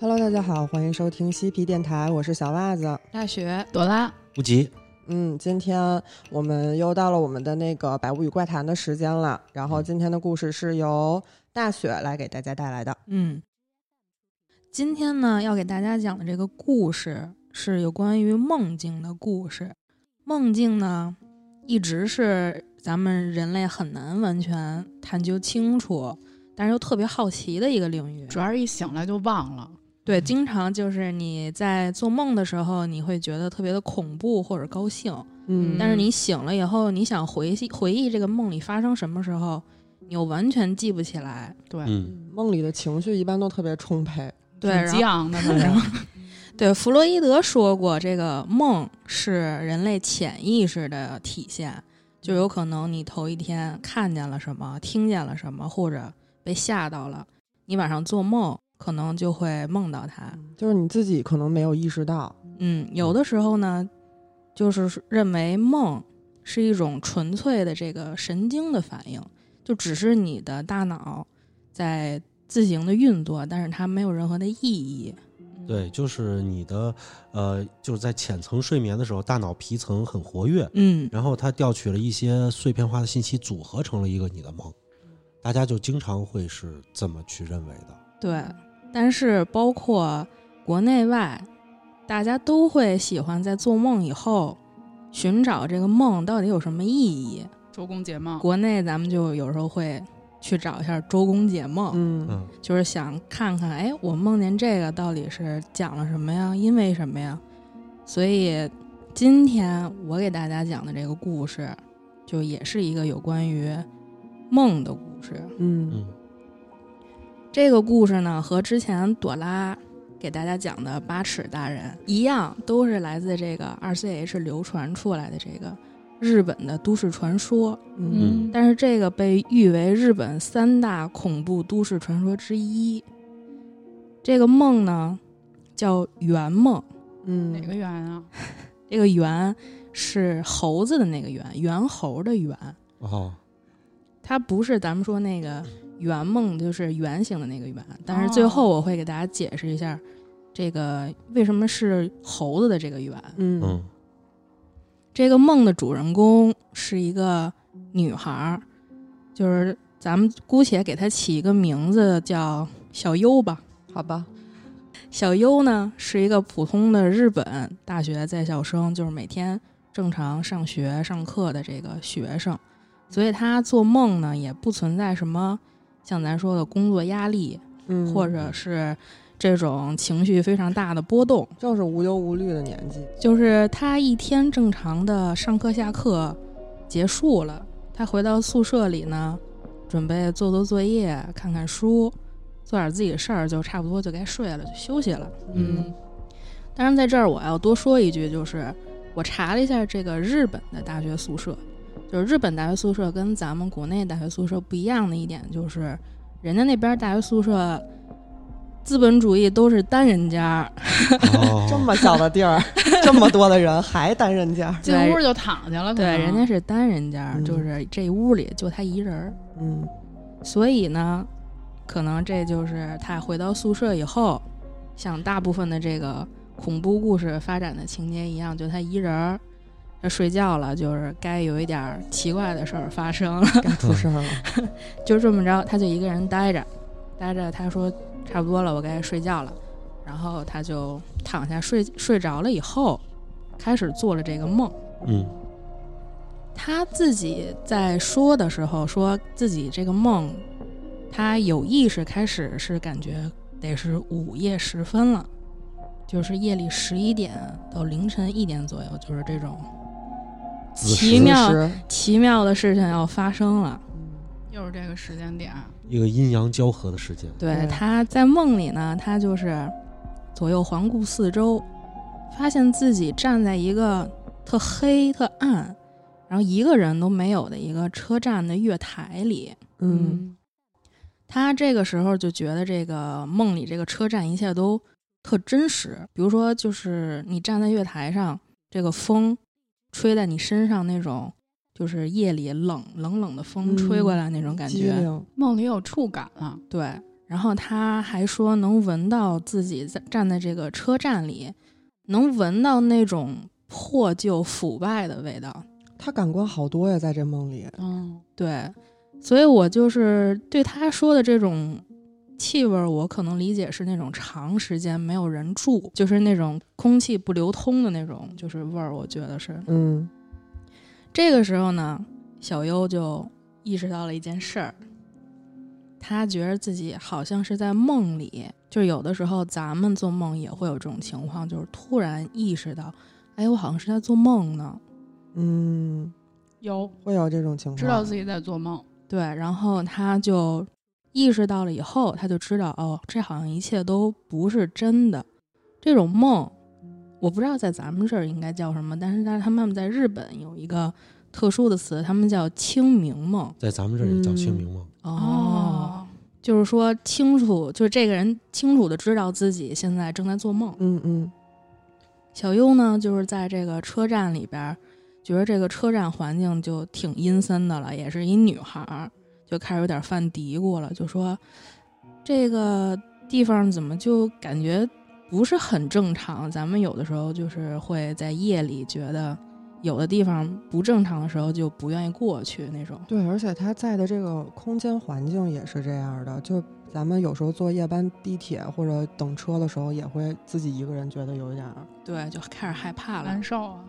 Hello，大家好，欢迎收听嬉皮电台，我是小袜子。大学朵拉，不急，嗯，今天我们又到了我们的那个《百物语怪谈》的时间了。然后今天的故事是由大雪来给大家带来的。嗯，今天呢要给大家讲的这个故事是有关于梦境的故事。梦境呢，一直是咱们人类很难完全探究清楚，但是又特别好奇的一个领域。主要是一醒来就忘了。对，经常就是你在做梦的时候，你会觉得特别的恐怖或者高兴，嗯但是你醒了以后，你想回忆回忆这个梦里发生什么时候，你又完全记不起来。对，嗯，梦里的情绪一般都特别充沛。对，挺然后犟的那然种。后，对弗洛伊德说过，这个梦是人类潜意识的体现，就有可能你头一天看见了什么，听见了什么，或者被吓到了，你晚上做梦可能就会梦到它。就是你自己可能没有意识到，嗯，有的时候呢，就是认为梦是一种纯粹的这个神经的反应，就只是你的大脑在自行的运作，但是它没有任何的意义。对，就是你的，呃，就是在浅层睡眠的时候，大脑皮层很活跃，嗯，然后它调取了一些碎片化的信息，组合成了一个你的梦，大家就经常会是这么去认为的。对，但是包括国内外，大家都会喜欢在做梦以后寻找这个梦到底有什么意义。周公解梦，国内咱们就有时候会去找一下周公解梦，嗯，嗯，就是想看看，哎，我梦见这个到底是讲了什么呀？因为什么呀？所以今天我给大家讲的这个故事，就也是一个有关于梦的故事。嗯嗯，这个故事呢，和之前朵拉给大家讲的八尺大人一样，都是来自这个 RCH 流传出来的这个日本的都市传说。嗯但是这个被誉为日本三大恐怖都市传说之一。这个梦呢，叫圆梦。哪个嗯，圆啊？这个圆是猴子的那个圆，猿猴的圆。哦，它不是咱们说那个圆梦，就是圆形的那个圆。但是最哦后我会给大家解释一下，这个为什么是猴子的这个圆。嗯嗯这个梦的主人公是一个女孩儿，就是咱们姑且给她起一个名字叫小优吧。好吧，小优呢是一个普通的日本大学在校生，就是每天正常上学上课的这个学生，所以她做梦呢也不存在什么像咱说的工作压力，嗯，或者是这种情绪非常大的波动。正是无忧无虑的年纪，就是他一天正常的上课下课结束了，他回到宿舍里呢，准备做做作业、看看书，做点自己的事儿，就差不多就该睡了，就休息了。嗯，当然，在这儿我要多说一句，就是我查了一下这个日本的大学宿舍，就是日本大学宿舍跟咱们国内大学宿舍不一样的一点就是，人家那边大学宿舍资本主义都是单人间儿，哦 这么小的地儿，这么多的人还单人间儿，进屋就躺下了。对，可能人家是单人间儿，嗯就是这屋里就他一人儿，嗯所以呢，可能这就是他回到宿舍以后，像大部分的这个恐怖故事发展的情节一样，就他一人儿，他睡觉了，就是该有一点儿奇怪的事儿发生了， 该出声了，就这么着，他就一个人待着，待着，他说差不多了，我该睡觉了，然后他就躺下睡睡着了以后，开始做了这个梦。嗯他自己在说的时候，说自己这个梦，他有意识开始是感觉得是午夜时分了，就是夜里十一点到凌晨一点左右，就是这种子奇时妙时奇妙的事情要发生了。又是这个时间点，一个阴阳交合的时间。对对，他在梦里呢，他就是左右环顾四周，发现自己站在一个特黑、特暗，然后一个人都没有的一个车站的月台里。嗯，他这个时候就觉得这个梦里这个车站一切都特真实，比如说就是你站在月台上，这个风吹在你身上那种，就是夜里冷冷冷的风嗯吹过来那种感机觉，灵，梦里有触感了。对。然后他还说能闻到自己在站在这个车站里，能闻到那种破旧腐败的味道。他感官好多呀，在这梦里。哦嗯，对，所以我就是对他说的这种气味儿，我可能理解是那种长时间没有人住，就是那种空气不流通的那种，就是味儿。我觉得是嗯这个时候呢，小优就意识到了一件事儿，他觉得自己好像是在梦里，就是有的时候咱们做梦也会有这种情况，就是突然意识到，哎，我好像是在做梦呢。嗯，有会有这种情况。知道自己在做梦，对，然后他就意识到了以后，他就知道哦，这好像一切都不是真的。这种梦，我不知道在咱们这儿应该叫什么，但是但是他们在日本有一个特殊的词，他们叫清明梦。在咱们这里叫清嗯明梦，哦，就是说清楚，就是这个人清楚的知道自己现在正在做梦。嗯嗯小优呢，就是在这个车站里边儿，觉得这个车站环境就挺阴森的了，也是一女孩儿，就开始有点犯嘀咕了，就说这个地方怎么就感觉不是很正常？咱们有的时候就是会在夜里觉得有的地方不正常的时候就不愿意过去那种。对，而且他在的这个空间环境也是这样的，就咱们有时候坐夜班地铁或者等车的时候，也会自己一个人觉得有一点儿，对，就开始害怕了难。受啊，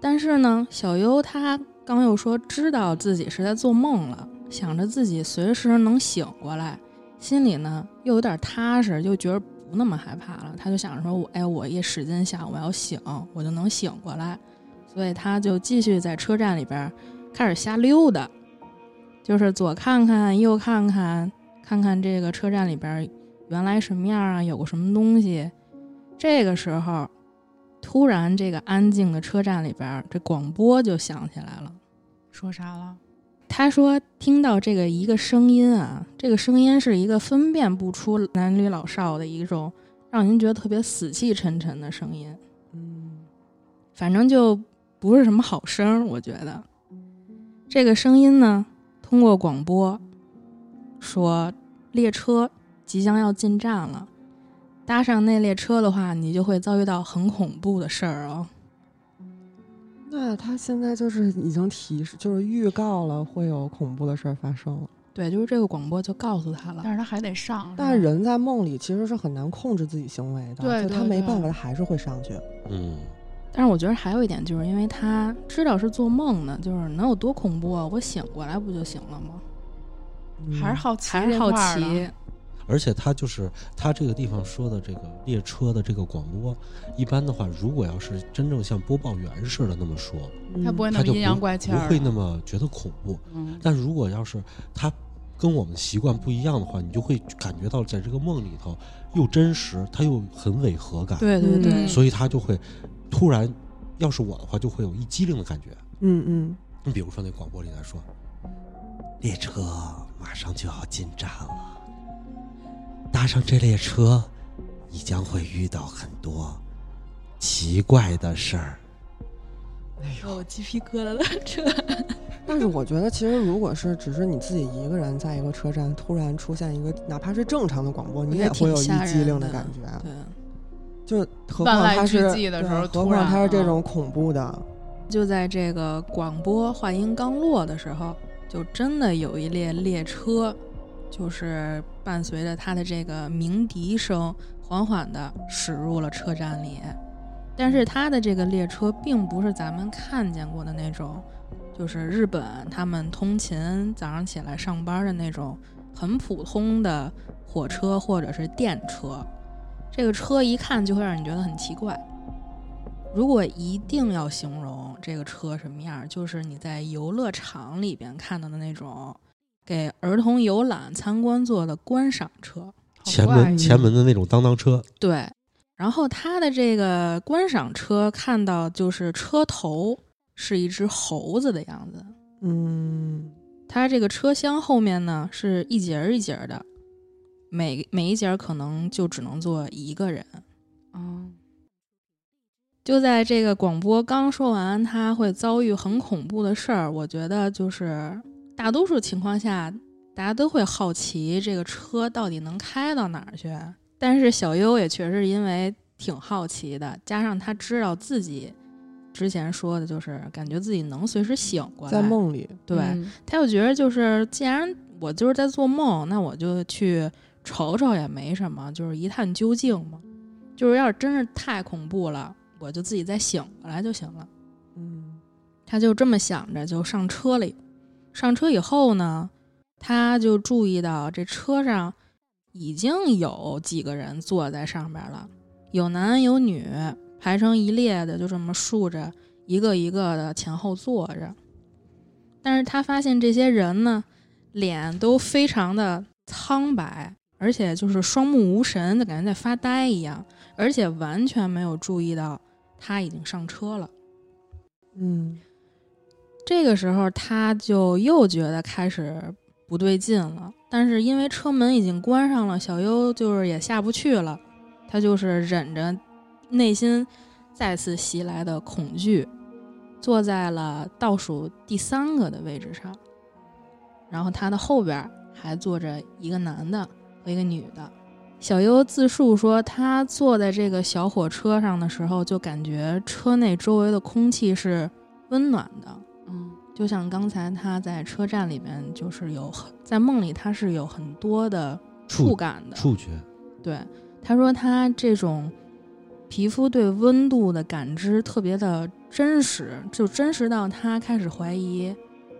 但是呢，小优他刚又说知道自己是在做梦了，想着自己随时能醒过来，心里呢又有点踏实，又觉得不那么害怕了。他就想着说，我哎，我一使劲想，我要醒，我就能醒过来。所以他就继续在车站里边开始瞎溜达，就是左看看，右看看，看看这个车站里边原来什么样啊，有个什么东西。这个时候，突然这个安静的车站里边儿，这广播就响起来了。说啥了？他说听到这个一个声音啊，这个声音是一个分辨不出男女老少的一种，让您觉得特别死气沉沉的声音。嗯，反正就不是什么好声儿，我觉得。这个声音呢，通过广播说列车即将要进站了，搭上那列车的话，你就会遭遇到很恐怖的事儿哦。那他现在就是已经提示，就是预告了会有恐怖的事儿发生了。对，就是这个广播就告诉他了。但是他还得上，但是人在梦里其实是很难控制自己行为的，对就他对没对办法，他还是会上去。嗯，但是我觉得还有一点，就是因为他知道是做梦呢，就是能有多恐怖啊？我醒过来不就行了吗？嗯还是好奇，还是好，奇，而且他就是他这个地方说的这个列车的这个广播，一般的话，如果要是真正像播报员似的那么说，嗯他不会那他么就阴阳不怪气儿，不会那，么觉得恐怖。嗯，但如果要是他跟我们习惯不一样的话，你就会感觉到在这个梦里头又真实，他又很违和感，对对对，嗯所以他就会突然，要是我的话，就会有一激灵的感觉。嗯嗯，你比如说那广播里在说，列车马上就要进站了，搭上这列车，你将会遇到很多奇怪的事儿。我鸡皮疙瘩了。这但是我觉得，其实如果是只是你自己一个人在一个车站，突然出现一个哪怕是正常的广播，你也会有一激灵的感觉。啊对，就何万况籁它是俱寂的时对候何突然况它是这啊种恐怖的，就在这个广播话音刚落的时候，就真的有一列列车，就是伴随着他的这个鸣笛声，缓缓地驶入了车站里。但是他的这个列车并不是咱们看见过的那种，就是日本他们通勤早上起来上班的那种很普通的火车或者是电车。这个车一看就会让你觉得很奇怪。如果一定要形容这个车什么样，就是你在游乐场里边看到的那种给儿童游览参观做的观赏车。好前怪门异前门的那种当当车，对，然后它的这个观赏车看到就是车头是一只猴子的样子，嗯，它这个车厢后面呢是一节儿一节儿的，每每一节儿可能就只能坐一个人。嗯，就在这个广播刚说完，他会遭遇很恐怖的事儿。我觉得就是大多数情况下，大家都会好奇这个车到底能开到哪儿去。但是小优也确实因为挺好奇的，加上他知道自己之前说的就是感觉自己能随时醒过来，在梦里，对，嗯他又觉得就是，既然我就是在做梦，那我就去瞅瞅也没什么，就是一探究竟嘛。就是要是真是太恐怖了，我就自己再醒过来就行了。嗯，他就这么想着，就上车了。上车以后呢，他就注意到这车上已经有几个人坐在上面了，有男有女，排成一列的，就这么竖着，一个一个的前后坐着。但是他发现这些人呢，脸都非常的苍白，而且就是双目无神，就感觉在发呆一样，而且完全没有注意到他已经上车了。嗯，这个时候，他就又觉得开始不对劲了。但是因为车门已经关上了，小优就是也下不去了。他就是忍着内心再次袭来的恐惧，坐在了倒数第三个的位置上。然后他的后边还坐着一个男的和一个女的。小优自述说，他坐在这个小火车上的时候，就感觉车内周围的空气是温暖的，嗯就像刚才他在车站里面，就是有很在梦里他是有很多的触触感的。触觉，对，他说他这种皮肤对温度的感知特别的真实，就真实到他开始怀疑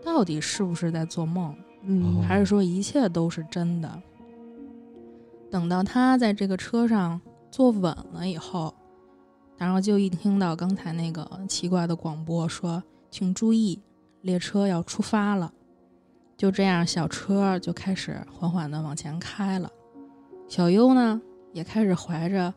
到底是不是在做梦。嗯，哦还是说一切都是真的？等到他在这个车上坐稳了以后，然后就一听到刚才那个奇怪的广播说：“请注意，列车要出发了。”就这样，小车就开始缓缓地往前开了。小优呢，也开始怀着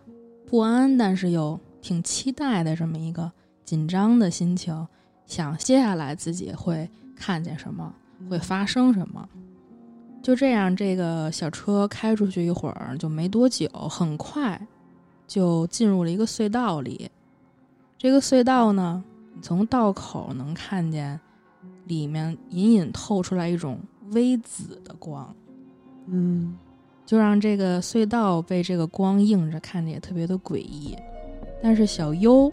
不安，但是又挺期待的这么一个紧张的心情，想接下来自己会看见什么。会嗯发生什么。就这样，这个小车开出去一会儿就没多久，很快就进入了一个隧道里。这个隧道呢，你从道口能看见里面隐隐透出来一种微紫的光，嗯，就让这个隧道被这个光映着，看着也特别的诡异。但是小优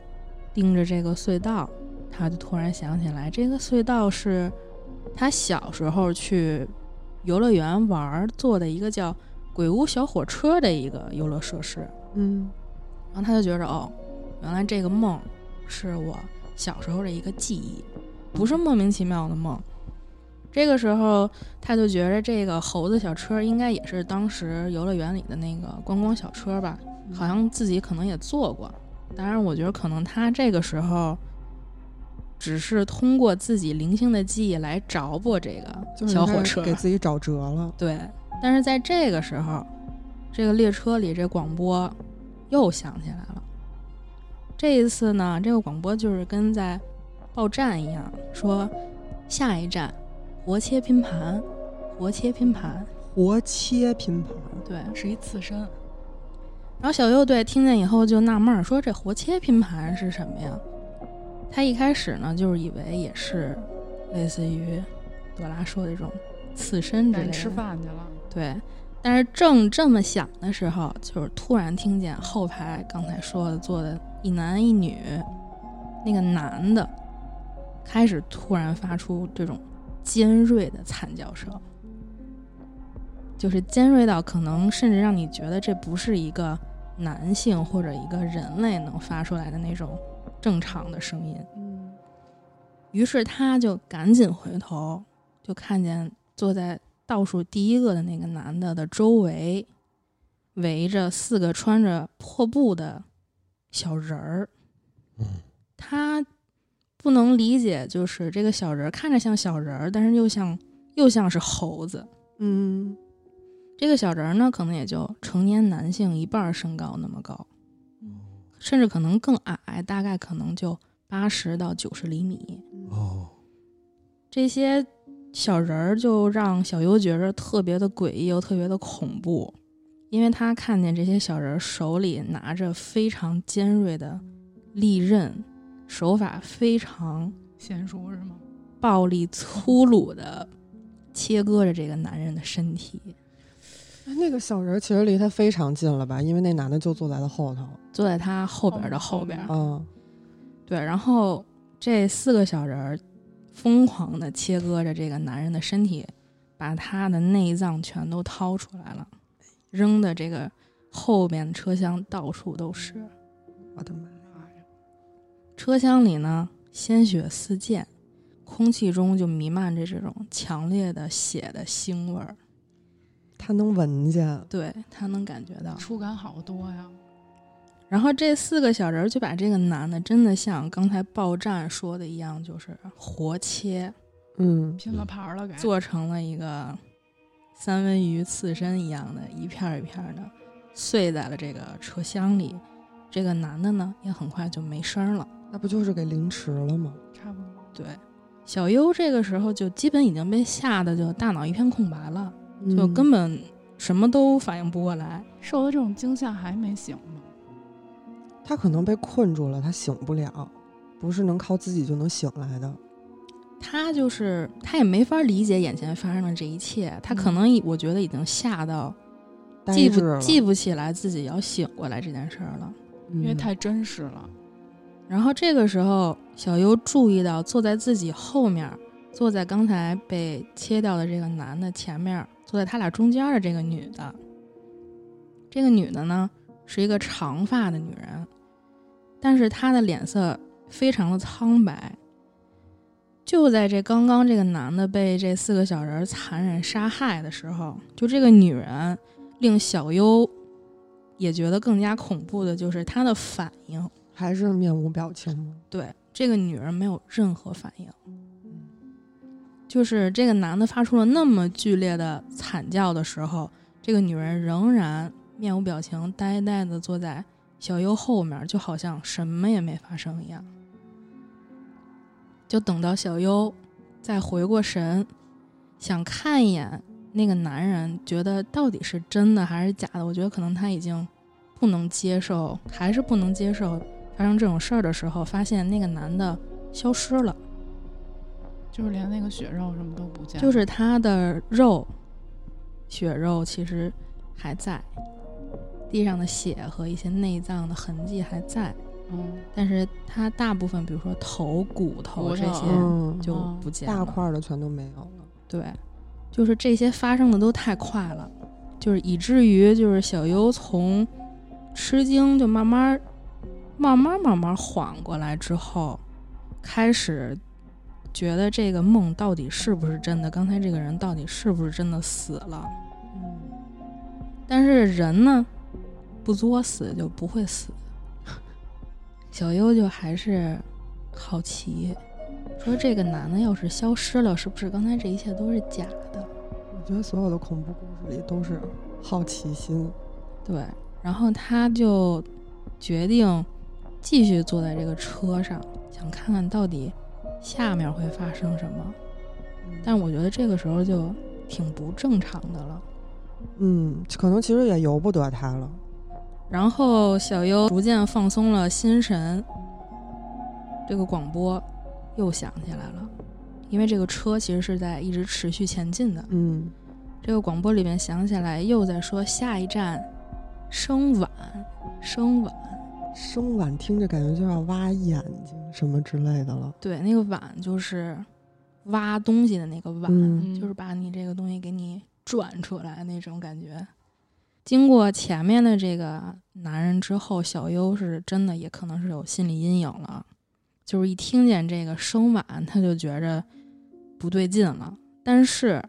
盯着这个隧道，他就突然想起来，这个隧道是他小时候去游乐园玩儿坐的一个叫“鬼屋小火车”的一个游乐设施。嗯，然后他就觉着，哦，原来这个梦是我小时候的一个记忆，不是莫名其妙的梦。这个时候，他就觉着这个猴子小车应该也是当时游乐园里的那个观光小车吧，嗯好像自己可能也坐过。当然，我觉得可能他这个时候只是通过自己零星的记忆来着不这就是个小火开始车，啊给自己找辙了，对，但是在这个时候，这个列车里这广播又响起来了。这一次呢，这个广播就是跟在报站一样，说下一站活切拼盘，活切拼盘。活切拼盘，对，是一刺身，然后小右队听见以后就纳闷儿，说这活切拼盘是什么呀？他一开始呢，就是以为也是类似于朵拉说的这种刺身之类赶的紧吃饭去了。对，但是正这么想的时候，就是突然听见后排刚才说的坐的一男一女，那个男的开始突然发出这种尖锐的惨叫声，就是尖锐到可能甚至让你觉得这不是一个男性或者一个人类能发出来的那种正常的声音。嗯，于是他就赶紧回头，就看见坐在倒数第一个的那个男的的周围，围着四个穿着破布的小人儿。嗯，他不能理解，就是这个小人儿看着像小人儿，但是又像又像是猴子。嗯，这个小人儿呢，可能也就成年男性一半儿身高那么高，甚至可能更矮，大概可能就八十到九十厘米。哦，这些小人儿就让小优觉着特别的诡异又特别的恐怖，因为他看见这些小人儿手里拿着非常尖锐的利刃，手法非常娴熟是吗？暴力粗鲁的切割着这个男人的身体，哎那个小人其实离他非常近了吧？因为那男的就坐在他后头。坐在他后边的后边。后面嗯，对，然后这四个小人儿疯狂的切割着这个男人的身体，把他的内脏全都掏出来了，扔的这个后面的车厢到处都是。我的妈！车厢里呢，鲜血四溅，空气中就弥漫着这种强烈的血的腥味儿。他能闻见，对他能感觉到，触感好多呀！然后这四个小人儿就把这个男的真的像刚才爆站说的一样，就是活切，嗯，拼了牌儿了，该做成了一个三文鱼刺身一样的，一片儿一片儿的碎在了这个车厢里。这个男的呢，也很快就没声儿了。那不就是给凌迟了吗？差不多。对，小优这个时候就基本已经被吓得就大脑一片空白了，就根本本什么都反应不过来。受了这种惊吓还没醒吗？他可能被困住了，他醒不了，不是能靠自己就能醒来的。他就是他也没法理解眼前发生的这一切，他可能已我觉得已经吓到嗯呆记滞不了记不起来自己要醒过来这件事儿了。嗯因为太真实了，然后这个时候，小优注意到坐在自己后面，坐在刚才被切掉的这个男的前面，坐在他俩中间的这个女的。这个女的呢是一个长发的女人，但是她的脸色非常的苍白。就在这刚刚这个男的被这四个小人残忍杀害的时候，就这个女人令小优也觉得更加恐怖的就是她的反应。还是面无表情吗？对，这个女人没有任何反应，就是这个男的发出了那么剧烈的惨叫的时候，这个女人仍然面无表情，呆呆的坐在小优后面，就好像什么也没发生一样。就等到小优再回过神，想看一眼那个男人，觉得到底是真的还是假的？我觉得可能他已经不能接受，还是不能接受发生这种事儿的时候，发现那个男的消失了，就是连那个血肉什么都不见了，就是他的肉，血肉其实还在，地上的血和一些内脏的痕迹还在，嗯，但是他大部分，比如说头、骨头骨头哦这些嗯，就不见了。大块儿的全都没有了。对，就是这些发生的都太快了，就是以至于就是小优从吃惊就慢慢、慢慢、慢慢缓过来之后，开始觉得这个梦到底是不是真的，刚才这个人到底是不是真的死了？嗯，但是人呢，不作死就不会死。小优就还是好奇，说这个男的要是消失了，是不是刚才这一切都是假的？我觉得所有的恐怖故事里都是好奇心。对，然后他就决定继续坐在这个车上，想看看到底下面会发生什么。但我觉得这个时候就挺不正常的了。嗯，可能其实也由不得他了。然后小优逐渐放松了心神，这个广播又响起来了，因为这个车其实是在一直持续前进的。嗯，这个广播里面响起来又在说下一站升晚，升晚。生晚听着感觉就要挖眼睛什么之类的了。对，那个碗就是挖东西的那个碗，嗯，就是把你这个东西给你转出来那种感觉。经过前面的这个男人之后，小优是真的也可能是有心理阴影了，就是一听见这个声碗，他就觉着不对劲了，但是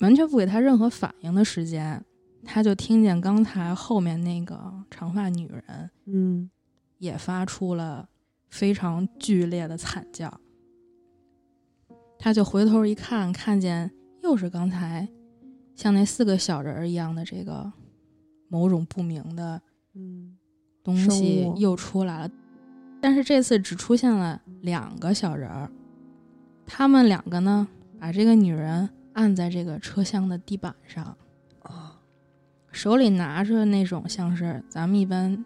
完全不给他任何反应的时间，他就听见刚才后面那个长发女人嗯，也发出了非常剧烈的惨叫。他就回头一看，看见又是刚才像那四个小人儿一样的这个某种不明的嗯，东生西物又出来了，但是这次只出现了两个小人儿，他们两个呢把这个女人按在这个车厢的地板上，啊，手里拿着那种像是咱们一般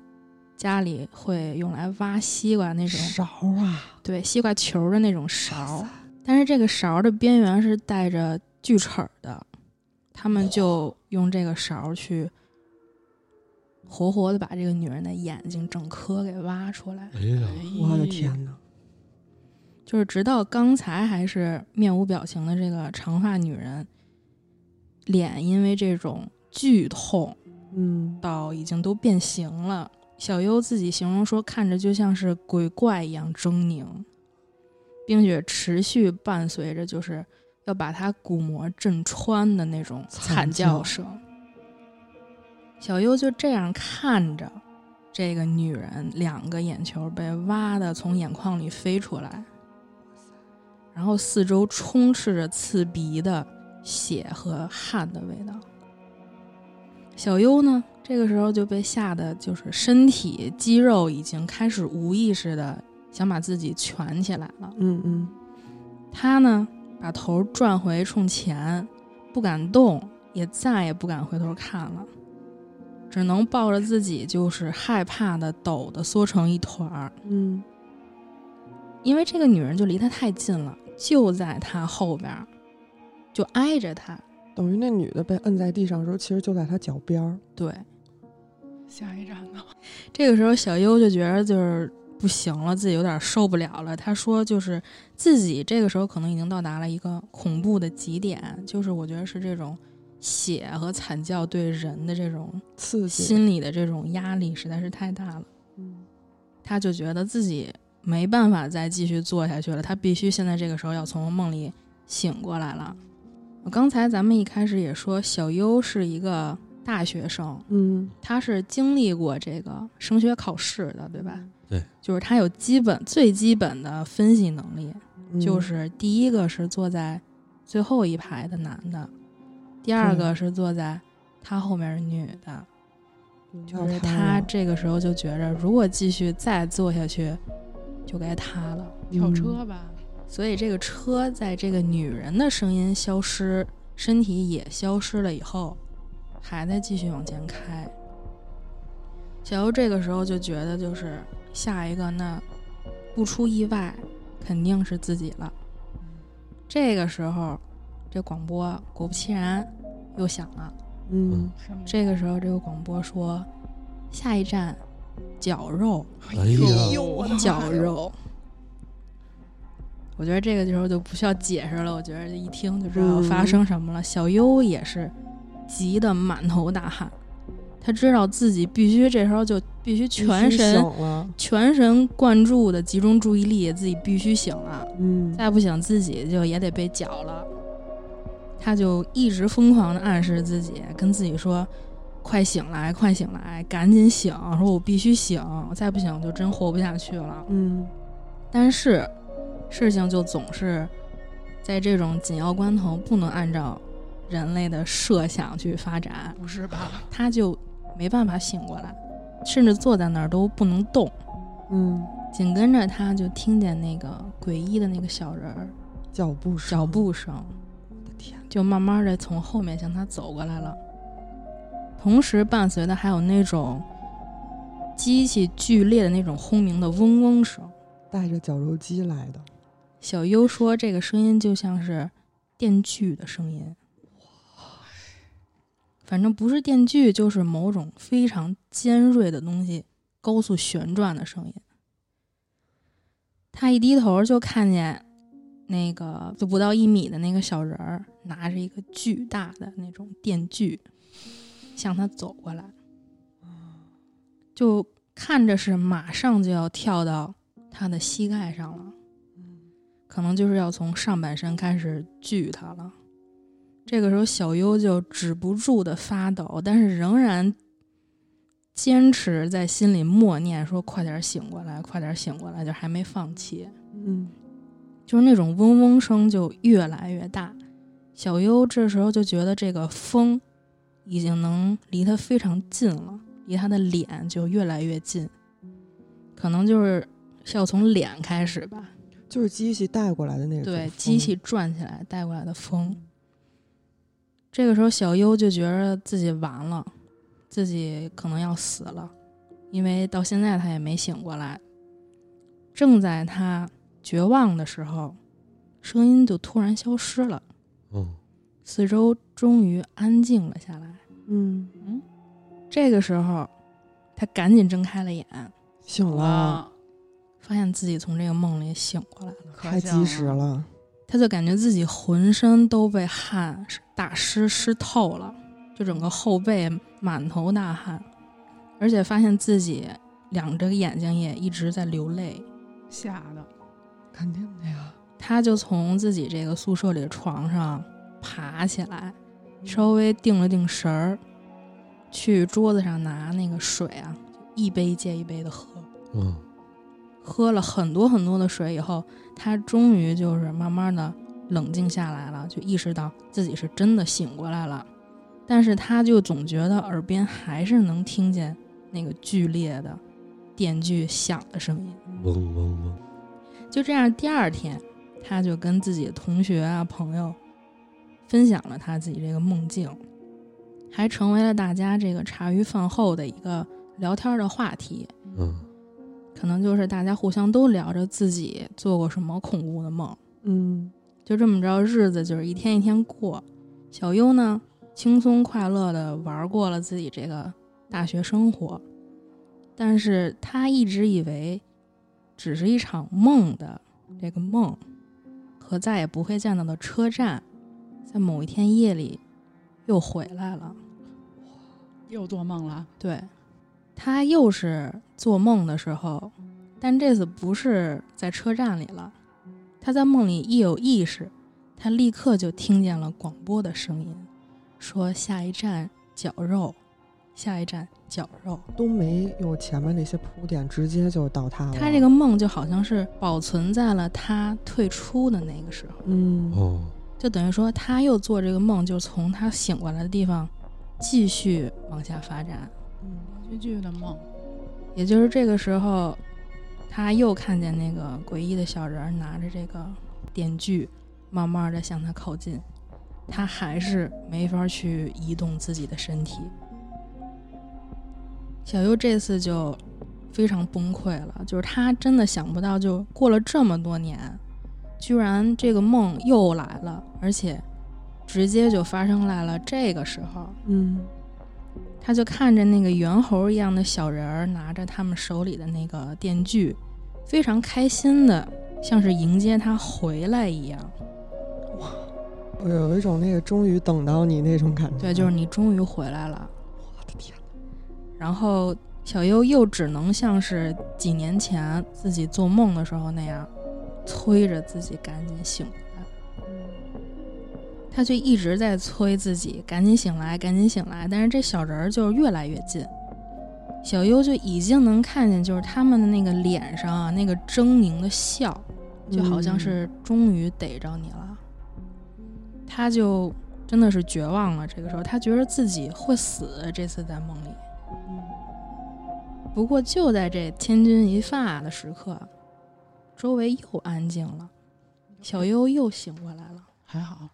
家里会用来挖西瓜那种勺啊，对，西瓜球的那种勺，但是这个勺的边缘是带着锯齿儿的，他们就用这个勺儿去活活的把这个女人的眼睛整颗给挖出来。哎呀，我的天哪！就是直到刚才还是面无表情的这个长发女人，脸因为这种剧痛嗯，到已经都变形了。小优自己形容说，看着就像是鬼怪一样狰狞，并且持续伴随着就是要把他骨膜震穿的那种惨叫声。小优就这样看着这个女人，两个眼球被挖的从眼眶里飞出来，然后四周充斥着刺鼻的血和汗的味道。小优呢，这个时候就被吓得，就是身体肌肉已经开始无意识的想把自己蜷起来了。嗯嗯，他呢，把头转回冲前，不敢动，也再也不敢回头看了，只能抱着自己，就是害怕的抖的缩成一团儿。嗯，因为这个女人就离他太近了，就在他后边儿，就挨着他。等于那女的被摁在地上的时候，其实就在他脚边儿。对，下一站呢？这个时候，小优就觉得就是不行了，自己有点受不了了。他说，就是自己这个时候可能已经到达了一个恐怖的极点，就是我觉得是这种血和惨叫对人的这种刺激。心理的这种压力实在是太大了。嗯他就觉得自己没办法再继续做下去了，他必须现在这个时候要从梦里醒过来了。刚才咱们一开始也说，小优是一个大学生，嗯，他是经历过这个升学考试的，对嗯吧？对，就是他有基本最基本的分析能力，嗯就是第一个是坐在最后一排的男的，第二个是坐在他后面的女的，就就是他他这个时候就觉着，如果继续再坐下去，就该他了。跳车吧，所以这个车在这个女人的声音消失，身体也消失了以后，还在继续往前开。小优这个时候就觉得，就是下一个那不出意外，肯定是自己了。这个时候，这广播果不其然又响了。嗯，是吗这个时候，这个广播说：“下一站，绞肉。”哎呀，呦我的妈绞肉。我觉得这个时候就不需要解释了，我觉得一听就知道发生什么了。小优也是急得满头大汗，他知道自己必须这时候就必须全必须醒神了，全神贯注的集中注意力，自己必须醒了。嗯，再不醒自己就也得被绞了。他就一直疯狂的暗示自己，跟自己说：“快醒来，快醒来，赶紧醒！”说：“我必须醒，再不醒就真活不下去了。嗯”但是，事情就总是在这种紧要关头不能按照人类的设想去发展，不是吧？他就没办法醒过来，甚至坐在那儿都不能动。嗯，紧跟着，他就听见那个诡异的那个小人儿脚步声脚，步声，我的天，就慢慢的从后面向他走过来了，同时伴随的还有那种机器剧烈的那种轰鸣的嗡嗡声。带着绞肉机来的，小优说，这个声音就像是电锯的声音，反正不是电锯，就是某种非常尖锐的东西高速旋转的声音。他一低头就看见那个就不到一米的那个小人儿拿着一个巨大的那种电锯向他走过来，就看着是马上就要跳到他的膝盖上了。可能就是要从上半身开始锯他了。这个时候，小优就止不住的发抖，但是仍然坚持在心里默念说：“快点醒过来，快点醒过来！”就还没放弃，嗯，就是那种嗡嗡声就越来越大。小优这时候就觉得这个风已经能离他非常近了，离他的脸就越来越近，可能就是是要从脸开始吧。就是机器带过来的那种风，对，机器转起来带过来的风。这个时候，小优就觉得自己完了，自己可能要死了，因为到现在他也没醒过来。正在他绝望的时候，声音就突然消失了。嗯，四周终于安静了下来。嗯，这个时候，他赶紧睁开了眼，醒了，哇，发现自己从这个梦里醒过来了。啊可太像及时了。他就感觉自己浑身都被汗打湿湿透了，就整个后背满头大汗，而且发现自己两只眼睛也一直在流泪。吓的，肯定的呀，他就从自己这个宿舍里的床上爬起来，稍微定了定神儿，去桌子上拿那个水啊，一杯接一杯的喝。嗯，喝了很多很多的水以后，他终于就是慢慢的冷静下来了，就意识到自己是真的醒过来了。但是他就总觉得耳边还是能听见那个剧烈的电锯响的声音。嗡嗡嗡，就这样，第二天他就跟自己的同学啊朋友分享了他自己这个梦境，还成为了大家这个茶余饭后的一个聊天的话题。嗯，可能就是大家互相都聊着自己做过什么恐怖的梦，嗯，就这么着，日子就是一天一天过。小优呢，轻松快乐的玩过了自己这个大学生活，但是他一直以为只是一场梦的这个梦，和再也不会见到的车站，在某一天夜里又回来了。又做梦了，对，他又是做梦的时候，但这次不是在车站里了。他在梦里一有意识，他立刻就听见了广播的声音，说下一站绞肉，下一站绞肉。都没有前面那些铺垫，直接就倒塌了。他这个，梦就好像是保存在了他退出的那个时候，嗯，哦，就等于说他又做这个梦，就从他醒过来的地方继续往下发展。嗯剧剧的梦，也就是这个时候，他又看见那个诡异的小人儿拿着这个电锯，慢慢的向他靠近。他还是没法去移动自己的身体。小优这次就非常崩溃了，就是他真的想不到，就过了这么多年，居然这个梦又来了，而且直接就发生在了这个时候。嗯，他就看着那个猿猴一样的小人儿拿着他们手里的那个电锯，非常开心的，像是迎接他回来一样。我有一种那个终于等到你那种感觉。对，就是你终于回来了。我的天哪，然后小优又只能像是几年前自己做梦的时候那样，催着自己赶紧醒来。他就一直在催自己赶紧醒来，赶紧醒来。但是这小人儿就越来越近，小优就已经能看见，就是他们的那个脸上啊，那个狰狞的笑，就好像是终于逮着你了。他就真的是绝望了。这个时候，他觉得自己会死，这次在梦里。嗯不过就在这千钧一发的时刻，周围又安静了，小优又醒过来了。还好，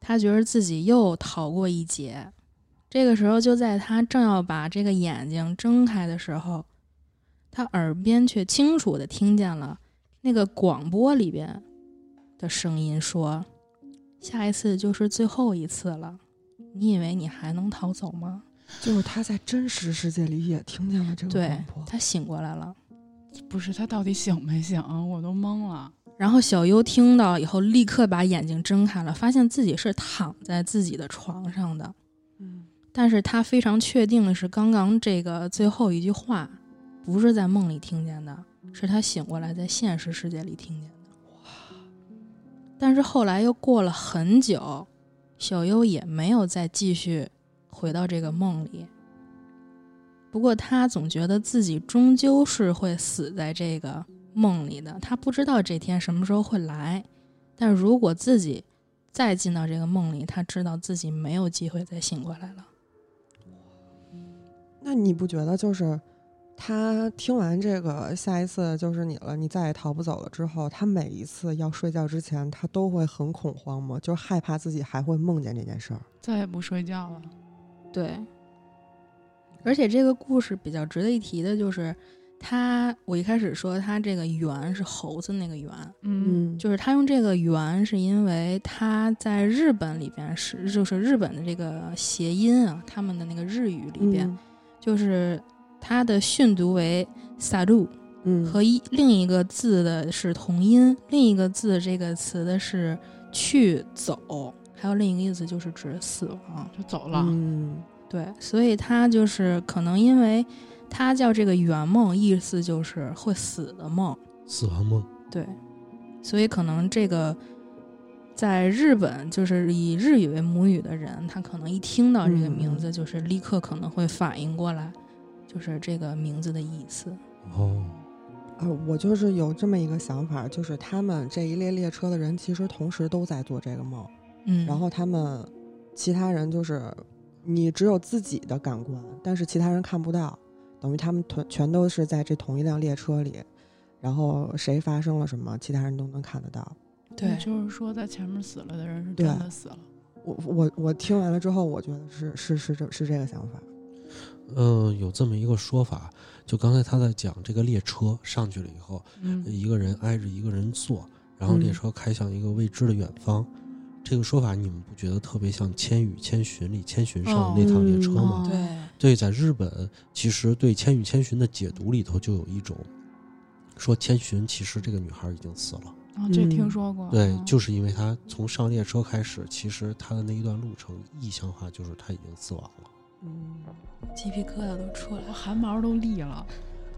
他觉得自己又逃过一劫。这个时候，就在他正要把这个眼睛睁开的时候，他耳边却清楚的听见了那个广播里边的声音说：“下一次就是最后一次了，你以为你还能逃走吗就是他在真实世界里也听见了这？”个对广播，他醒过来了。不是他到底醒没醒，我都懵了，然后小优听到以后，立刻把眼睛睁开了，发现自己是躺在自己的床上的。嗯但是他非常确定的是，刚刚这个最后一句话不是在梦里听见的，是他醒过来在现实世界里听见的。但是后来又过了很久，小优也没有再继续回到这个梦里。不过他总觉得自己终究是会死在这个梦里的，他不知道这天什么时候会来。但如果自己再进到这个梦里，他知道自己没有机会再醒过来了。那你不觉得就是他听完这个下一次就是你了，你再也逃不走了之后，他每一次要睡觉之前，他都会很恐慌吗？就是害怕自己还会梦见这件事儿。再也不睡觉了，对，而且这个故事比较值得一提的就是，它我一开始说它这个猿是猴子那个猿，嗯嗯，就是他用这个猿是因为他在日本里边是就是日本的这个谐音啊，他们的那个日语里边、嗯就是它的训读为萨路，嗯和一另一个字的是同音，另一个字这个词的是去走，还有另一个意思就是指死亡。就走了，嗯对，所以他就是可能因为他叫这个圆梦，意思就是会死的梦。死亡梦，对，所以可能这个在日本就是以日语为母语的人，他可能一听到这个名嗯字，就是立刻可能会反应过来，就是这个名字的意思。哦，啊，我就是有这么一个想法，就是他们这一列列车的人其实同时都在做这个梦，嗯，然后他们其他人就是你只有自己的感官，但是其他人看不到，等于他们同全都是在这同一辆列车里，然后谁发生了什么，其他人都能看得到。对那，就是说在前面死了的人是对真的死了，我我我听完了之后，我觉得是是是这是这个想法，嗯，有这么一个说法，就刚才他在讲这个列车上去了以后，嗯一个人挨着一个人坐，然后嗯列车开向一个未知的远方。这个说法你们不觉得特别像《千与千寻》里千寻上的那趟列车吗？哦对，对，在日本，其实对《千与千寻》的解读里头就有一种说，千寻其实这个女孩已经死了。啊，这嗯听说过，对，嗯就是因为她从上列车开始，其实她的那一段路程意象化就是她已经死亡了。嗯，鸡皮疙瘩都出来我了。汗毛都立了，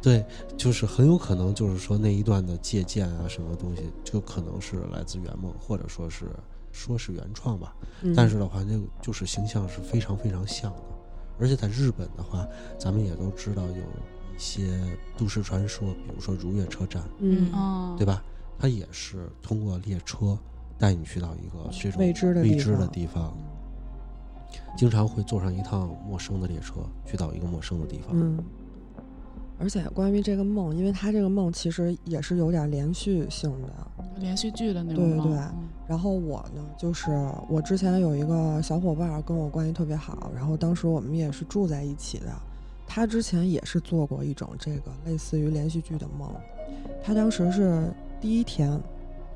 对，就是很有可能就是说那一段的借鉴啊，什么东西就可能是来自原梦，或者说是说是原创吧。嗯但是的话，那个就是形象是非常非常像的。而且在日本的话，咱们也都知道有一些都市传说，比如说如月车站，嗯啊，对吧？它也是通过列车带你去到一个这种未知的未地知的方地方，经常会坐上一趟陌生的列车，去到一个陌生的地方。嗯，而且关于这个梦，因为他这个梦其实也是有点连续性的。连续剧的那种对吗对嗯然后我呢，就是我之前有一个小伙伴儿跟我关系特别好，然后当时我们也是住在一起的。他之前也是做过一种这个类似于连续剧的梦，他当时是第一天，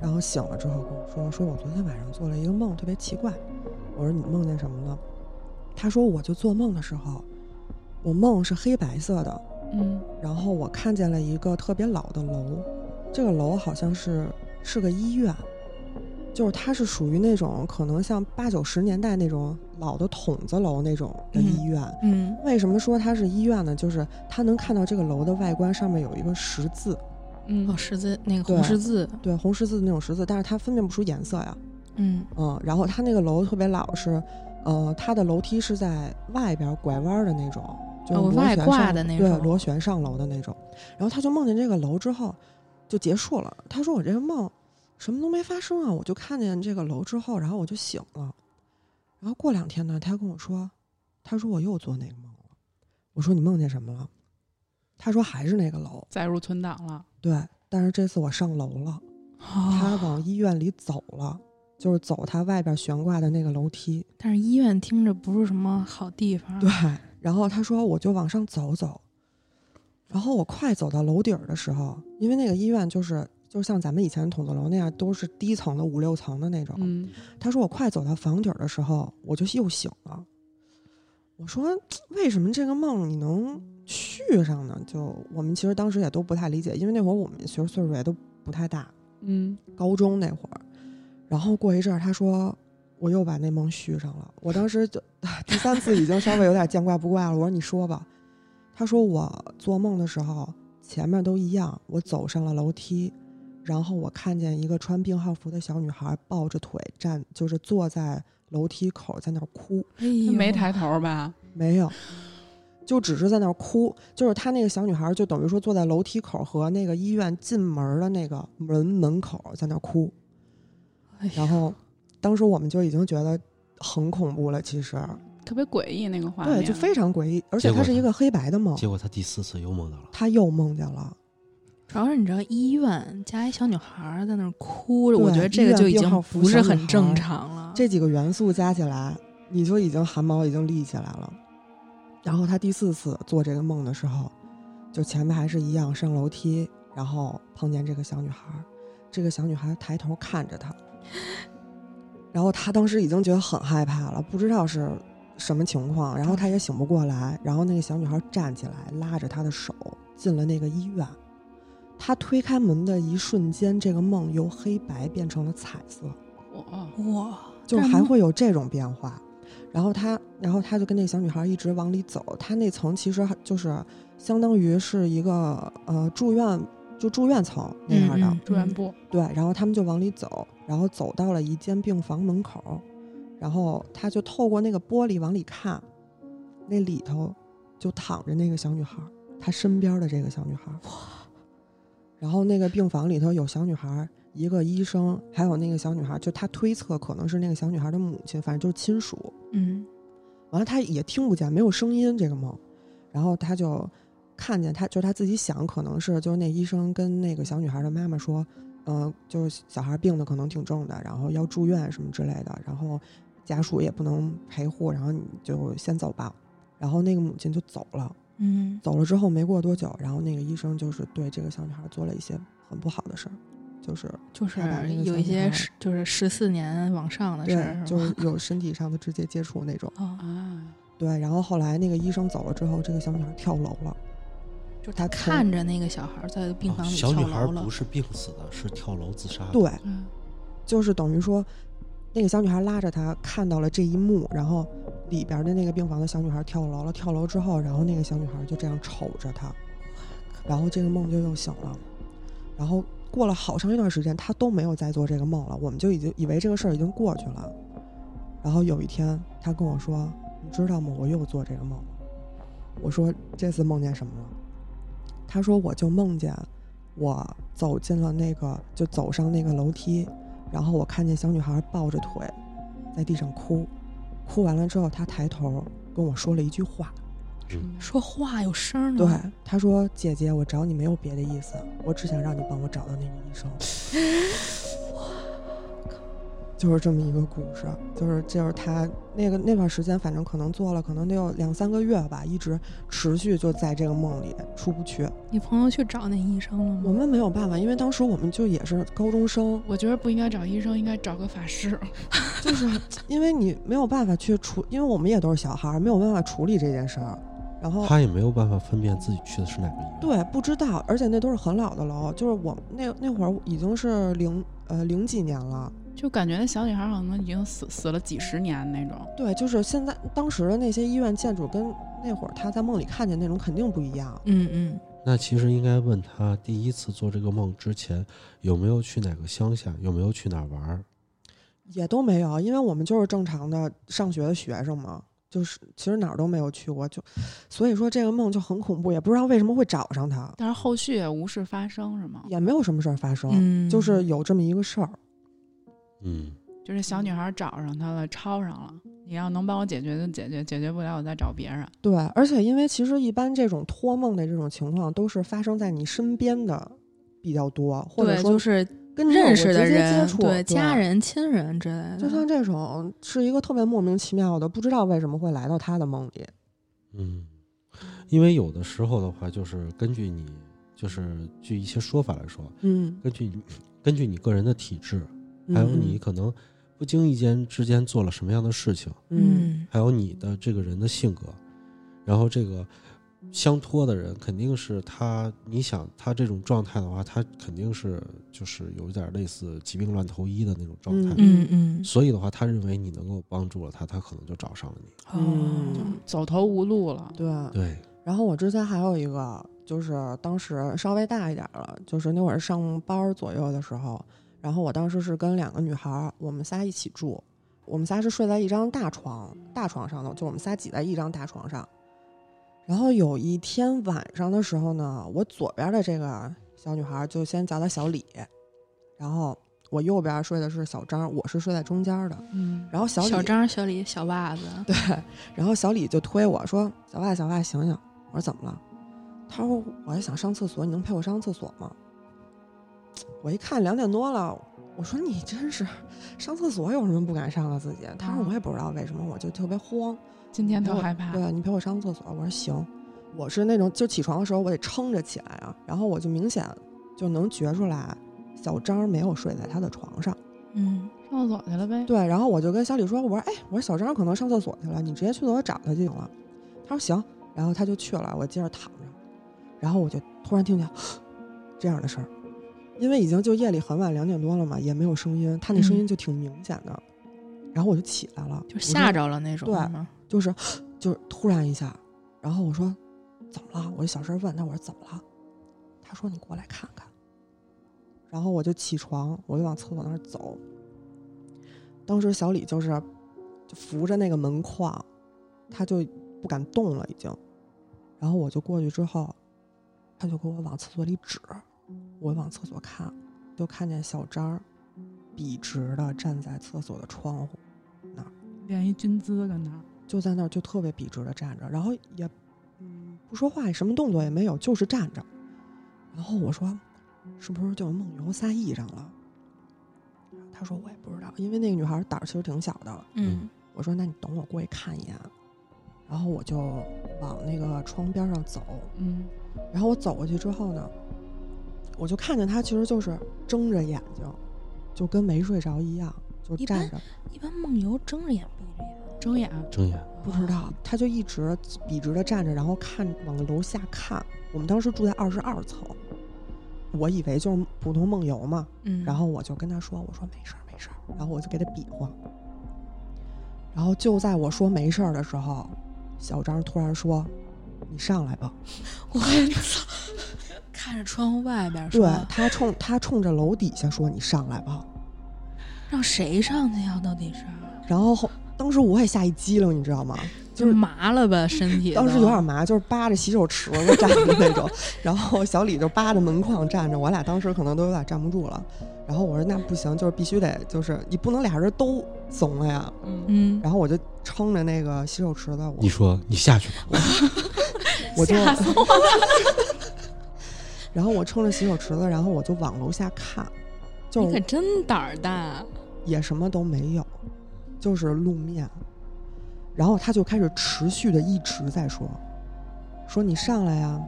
然后醒了之后跟我说，说我昨天晚上做了一个梦，特别奇怪。我说你梦见什么了？他说我就做梦的时候，我梦是黑白色的，嗯然后我看见了一个特别老的楼，这个楼好像是是个医院，就是它是属于那种可能像八九十年代那种老的筒子楼那种的医院。嗯为什么说它是医院呢？就是它能看到这个楼的外观上面有一个十字，哦，嗯，十字那个对红十字，对，红十字那种十字，但是它分辨不出颜色呀。嗯嗯，然后它那个楼特别老是，呃，它的楼梯是在外边拐弯的那种，就是哦螺外旋上、挂的那对，种螺旋上楼的那种。然后他就梦见这个楼之后就结束了。他说我这个梦什么都没发生啊，我就看见这个楼之后，然后我就醒了。然后过两天呢，他跟我说，他说我又做那个梦了。我说你梦见什么了？他说还是那个楼，载入存档了，对，但是这次我上楼了。他哦，往医院里走了，就是走他外边悬挂的那个楼梯。但是医院听着不是什么好地 方。对，然后他说我就往上走走，然后我快走到楼顶儿的时候，因为那个医院就是就像咱们以前筒子楼那样，都是低层的五六层的那种。嗯，他说我快走到房顶儿的时候，我就又醒了。我说为什么这个梦你能续上呢？就我们其实当时也都不太理解，因为那会儿我们其实岁数也都不太大，嗯，高中那会儿，然后过一阵儿，他说我又把那梦续上了。我当时就第三次已经稍微有点见怪不怪了。我说你说吧，他说我做梦的时候前面都一样，我走上了楼梯，然后我看见一个穿病号服的小女孩抱着腿站，就是坐在楼梯口在那儿哭。哎呦，嗯没抬头吧？没有，就只是在那儿哭。就是她那个小女孩，就等于说坐在楼梯口和那个医院进门的那个门门口在那儿哭。哎呀然后，当时我们就已经觉得很恐怖了，其实特别诡异那个画面，对，就非常诡异，而且结果它是呢一个黑白的梦。结果他第四次又梦到了，她又梦见了，主要是你知道医院加一小女孩儿在那儿哭，我对觉得这个就已医院病号经服不是小女很正孩儿常了。这几个元素加起来，你就已经汗毛已经立起来了。然后她第四次做这个梦的时候，就前面还是一样上楼梯，然后碰见这个小女孩儿，这个小女孩儿抬头看着他，然后他当时已经觉得很害怕了，不知道是什么情况，然后他也醒不过来，然后那个小女孩站起来拉着他的手进了那个医院。他推开门的一瞬间，这个梦由黑白变成了彩色，我哦哇，就这还梦会有这种变化。然后他，然后他就跟那小女孩一直往里走。他那层其实还就是相当于是一个呃住院，就住院层那样的。嗯嗯住院部对，然后他们就往里走，然后走到了一间病房门口，然后他就透过那个玻璃往里看，那里头就躺着那个小女孩儿，她身边的这个小女孩。哇！然后那个病房里头有小女孩儿，一个医生，还有那个小女孩儿，就他推测可能是那个小女孩儿的母亲，反正就是亲属。嗯完了他也听不见，没有声音这个梦，然后他就看见他，就是他自己想，可能是就是那医生跟那个小女孩的妈妈说，嗯、就是小孩病的可能挺重的，然后要住院什么之类的，然后家属也不能陪护，然后你就先走吧。然后那个母亲就走了，嗯，走了之后没过多久，然后那个医生就是对这个小女孩做了一些很不好的事儿，就是就是他把这个有小一女孩些儿十就是十四年往上的事儿，对，啊 吧就是有身体上的直接接触那种。啊，嗯啊，对，然后后来那个医生走了之后，这个小女孩跳楼了。就是他他从看着那个小孩儿在病房里啊哦小跳女孩楼了不，是病死的，是跳楼自杀的。对，嗯就是等于说，那个小女孩拉着他看到了这一幕，然后里边的那个病房的小女孩跳楼了。跳楼之后，然后那个小女孩就这样瞅着他，然后这个梦就又醒了。然后过了好长一段时间，他都没有再做这个梦了，我们就已经以为这个事儿已经过去了。然后有一天，他跟我说：“你知道吗？我又做这个梦了。”我说：“这次梦见什么了？”他说：“我就梦见我走进了那个，就走上那个楼梯，然后我看见小女孩抱着腿在地上哭，哭完了之后，她抬头跟我说了一句话，嗯说话有声儿呢，对，她说：“姐姐，我找你没有别的意思，我只想让你帮我找到那个医生。”就是这么一个故事，就是就是她那个那段时间，反正可能做了，可能得有两三个月吧，一直持续就在这个梦里出不去。你朋友去找那医生了吗？我们没有办法，因为当时我们就也是高中生，我觉得不应该找医生，应该找个法师。 就是因为你没有办法去处，因为我们也都是小孩儿，没有办法处理这件事儿。然后她也没有办法分辨自己去的是哪个医院。对，不知道，而且那都是很老的楼，就是我那那会儿已经是零呃零几年了。就感觉那小女孩好像已经死死了几十年那种，对，就是现在当时的那些医院建筑跟那会儿他在梦里看见那种肯定不一样。嗯嗯，那其实应该问她，第一次做这个梦之前有没有去哪个乡下，有没有去哪儿玩儿？也都没有，因为我们就是正常的上学的学生嘛，就是其实哪儿都没有去过，就所以说这个梦就很恐怖，也不知道为什么会找上他，但是后续也无事发生是吗？也没有什么事儿发生，嗯就是有这么一个事儿。嗯，就是小女孩找上他了，抄上了。你要能帮我解决就解决，解决不了我再找别人。对，而且因为其实一般这种托梦的这种情况都是发生在你身边的比较多，或者对，说就是跟你有认过识的直接人，接触，对家。人、亲人之类的，就像这种是一个特别莫名其妙的，不知道为什么会来到他的梦里。嗯，因为有的时候的话，就是根据你，就是据一些说法来说，嗯，根据你根据你个人的体质，还嗯有你可能不经意间之间做了什么样的事情，嗯，嗯还有你的这个人的性格，然后这个相托的人肯定是他，你想他这种状态的话，他肯定是就是有一点类似疾病乱投医的那种状态。嗯嗯所以的话，他认为你能够帮助了他，他可能就找上了你。嗯哦走投无路了，对。对，然后我之前还有一个，就是当时稍微大一点儿了，就是那会儿上班儿左右的时候，然后我当时是跟两个女孩儿，我们仨一起住，我们仨是睡在一张大床大床上的，就我们仨挤在一张大床上。然后有一天晚上的时候呢，我左边的这个小女孩儿就先叫她小李，然后我右边睡的是小张，我是睡在中间儿的。嗯，然后小李小张、小李、小袜子，对，然后小李就推我说：“小外，小外，醒醒！”我说：“怎么了？”他说：“我还想上厕所，你能陪我上厕所吗？”我一看两点多了，我说：“你真是上厕所有什么不敢上啊自己？”他说：“我也不知道为什么，我就特别慌。啊今天然特后害怕，对，你陪我上厕所。我说：“行。”我是那种就起床的时候我得撑着起来啊，然后我就明显就能觉出来小张没有睡在他的床上。嗯上厕所去了呗。对，然后我就跟小李说，我说，哎，我说小张可能上厕所去了，你直接去厕所找他就行了。他说行，然后他就去了，我接着躺着，然后我就突然听见这样的声儿，因为已经就夜里很晚两点多了嘛，也没有声音，他那声音嗯就挺明显的，然后我就起来了，就我是吓说，着了那种，对是吗？就是就是突然一下，然后我说怎么了？我就小声问他，我说怎么了？他说你过来看看，然后我就起床，我就往厕所那儿走。当时小李就是就扶着那个门框，他就不敢动了，已经。然后我就过去之后，他就给我往厕所里指，我往厕所看，就看见小张儿笔直的站在厕所的窗户，练一军姿跟那儿，就在那儿就特别笔直的站着，然后也嗯不说话，什么动作也没有，就是站着。然后我说，是不是就梦游撒癔上了？他说我也不知道，因为那个女孩胆儿其实挺小的。嗯我说那你等我过去看一眼。然后我就往那个窗边上走，嗯，然后我走过去之后呢，我就看见她其实就是睁着眼睛，就跟没睡着一样，就一站般着，一般梦游睁着眼闭着眼，睁眼睁眼，不知道，他就一直笔直的站着，然后看往楼下看。我们当时住在二十二层，我以为就是普通梦游嘛，嗯，然后我就跟他说：“我说没事儿，没事儿。”然后我就给他比划。然后就在我说没事儿的时候，小张突然说：“你上来吧。我操，看着窗户外边对说，他冲他冲着楼底下说：“你上来吧。让谁上去呀？到底是”然后后当时我也吓一激灵，你知道吗？就是麻了吧身体，当时有点，麻，就是扒着洗手池子站着那种， 然后小李就扒着门框站着，我俩当时可能都有点站不住了。然后我说那不行，就是必须得，就是你不能俩人都怂了呀。嗯，嗯，然后我就撑着那个洗手池子，我你说你下去吧，我就，吓死我了， 然后我撑着洗手池子，然后我就往楼下看，就你可是真胆儿大，也什么都没有，就是路面。然后他就开始持续的一直在说，说你上来呀、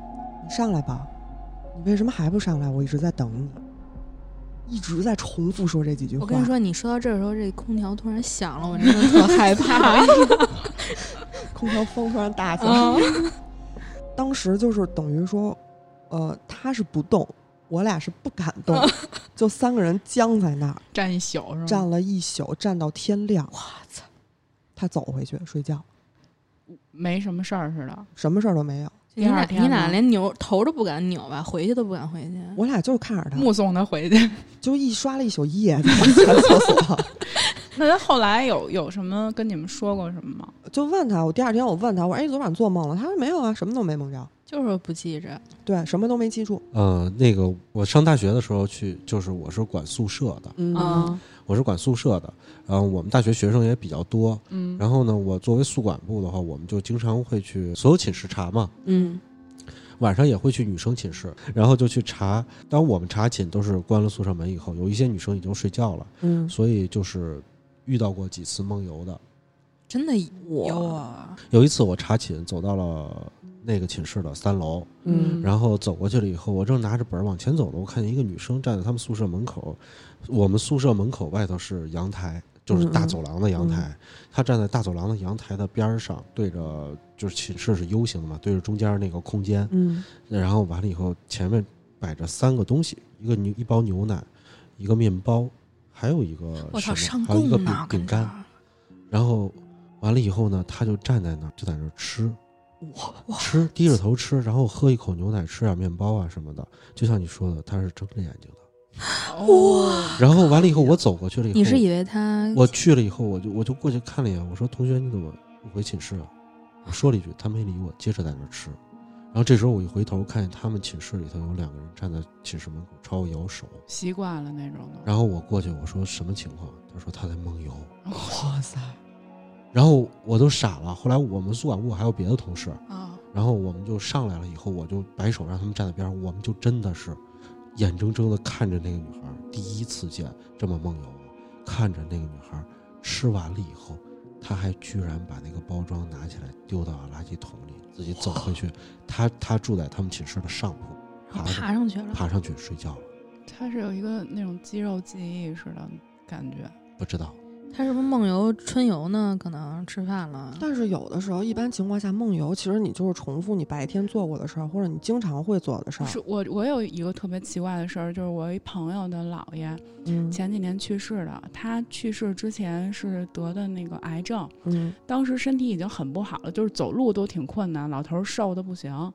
你上来吧，你为什么还不上来？我一直在等你，一直在重复说这几句话。我跟你，说，你说到这儿的时候，这空调突然响了，我真的特害 怕。空调风突然大起来，啊！ 嗯当时就是等于说，呃，他是不动，我俩是不敢 动，就三个人僵在那儿，站一宿是吗？站了一宿，站到天亮。我操！他走回去睡觉，没什么事儿似的。什么事儿都没有。你第俩二天你俩呢连扭头都不敢扭吧，回去都不敢回去。我俩就看着他，目送他回去。就一刷了一宿夜在厕所。 那他后来有有什么跟你们说过什么吗？就问他，我第二天我问他，我说：“哎，你昨晚做梦了？”他说：“没有啊，什么都没梦着，就是不记着，对，什么都没记住。嗯，那个我上大学的时候去，就是我是管宿舍的，嗯”啊，我是管宿舍的，然后我们大学学生也比较多，嗯，然后呢，我作为宿管部的话，我们就经常会去所有寝室查嘛，嗯，晚上也会去女生寝室，然后就去查。当我们查寝都是关了宿舍门以后，有一些女生已经睡觉了，嗯，所以就是遇到过几次梦游的。真的有有，啊，有一次我查寝走到了那个寝室的三楼，嗯然后走过去了以后，我正拿着本儿往前走了，我看见一个女生站在他们宿舍门口。我们宿舍门口外头是阳台，就是嗯嗯大走廊的阳台。嗯她站在大走廊的阳台的边儿上，对着就是寝室是 U 型的嘛，对着中间那个空间。嗯然后完了以后，前面摆着三个东西，一个牛一包牛奶，一个面包，还有一个我操，什么上还有一个供饼呢，啊跟饼这干。儿然后完了以后呢，他就站在那儿，就在那儿吃，哇吃，低着头吃，然后喝一口牛奶，吃点面包啊什么的。就像你说的，他是睁着眼睛的。哦哇，然后完了以后，我走过去了以后，你是以为他我去了以后，我就我就过去看了一眼，我说：“同学，你怎么不回寝室啊？”我说了一句，他没理我，接着在那儿吃。然后这时候我一回头，看见他们寝室里头有两个人站在寝室门口朝我摇手。习惯了那种的。然后我过去，我说什么情况？他说他在梦游。哇塞，然后我都傻了。后来我们宿管部还有别的同事，啊，然后我们就上来了以后，我就摆手让他们站在边上，我们就真的是眼睁睁的看着那个女孩，第一次见这么梦游，看着那个女孩吃完了以后，他还居然把那个包装拿起来丢到了垃圾桶里，自己走回去。他他住在他们寝室的上铺，然后爬爬上上去了，爬上去睡觉了，他是有一个那种肌肉记忆似的感觉，不知道。他是不是梦游春游呢？可能吃饭了，但是有的时候，一般情况下梦游，其实你就是重复你白天做过的事儿，或者你经常会做的事不儿。是我，我有一个特别奇怪的事儿，就是我一朋友的姥爷嗯前几年去世的，他去世之前是得的那个癌症，嗯当时身体已经很不好了，就是走路都挺困难，老头儿瘦的不行。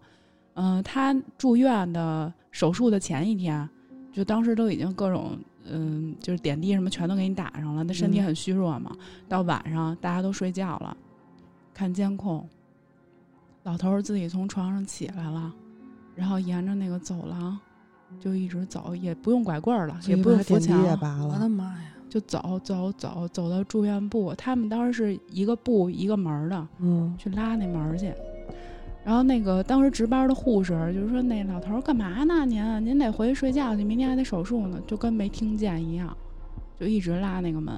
嗯、他住院的手术的前一天，就当时都已经各种嗯，就是点滴什么全都给你打上了，他身体嗯很虚弱嘛。到晚上大家都睡觉了，看监控，老头儿自己从床上起来了，然后沿着那个走廊就一直走，也不用拐棍儿了，也不用扶点滴墙啊也，拔我了的，妈呀！就走走走走到住院部，他们当时是一个部一个门儿的，嗯去拉那门儿去。然后那个当时值班的护士就说：“那老头儿干嘛呢？您您得回去睡觉去，明天还得手术呢。”就跟没听见一样，就一直拉那个门。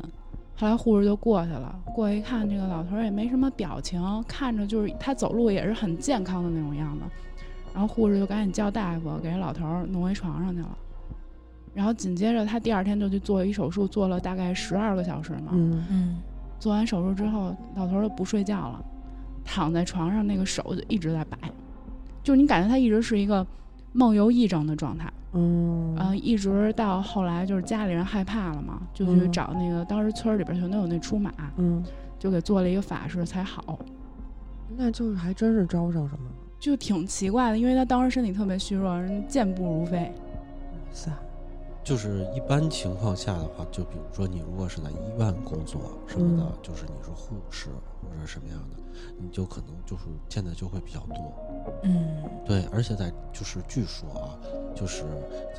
后来护士就过去了，过去一看，这个老头儿也没什么表情，看着就是他走路也是很健康的那种样子。然后护士就赶紧叫大夫给老头儿弄回床上去了。然后紧接着他第二天就去做一手术，做了大概十二个小时嘛。嗯，嗯，做完手术之后，老头儿就不睡觉了，躺在床上，那个手就一直在摆，就是你感觉他一直是一个梦游癔症的状态，嗯呃，一直到后来就是家里人害怕了嘛，就去嗯找那个当时村儿里边全都有那出马，嗯，就给做了一个法事才好，那就是还真是招上什么了。就挺奇怪的，因为他当时身体特别虚弱，人健步如飞，哇塞，就是一般情况下的话，就比如说你如果是在医院工作什么的，嗯就是你是护士或者什么样的，你就可能就是见的就会比较多。嗯，对，而且在就是据说啊，就是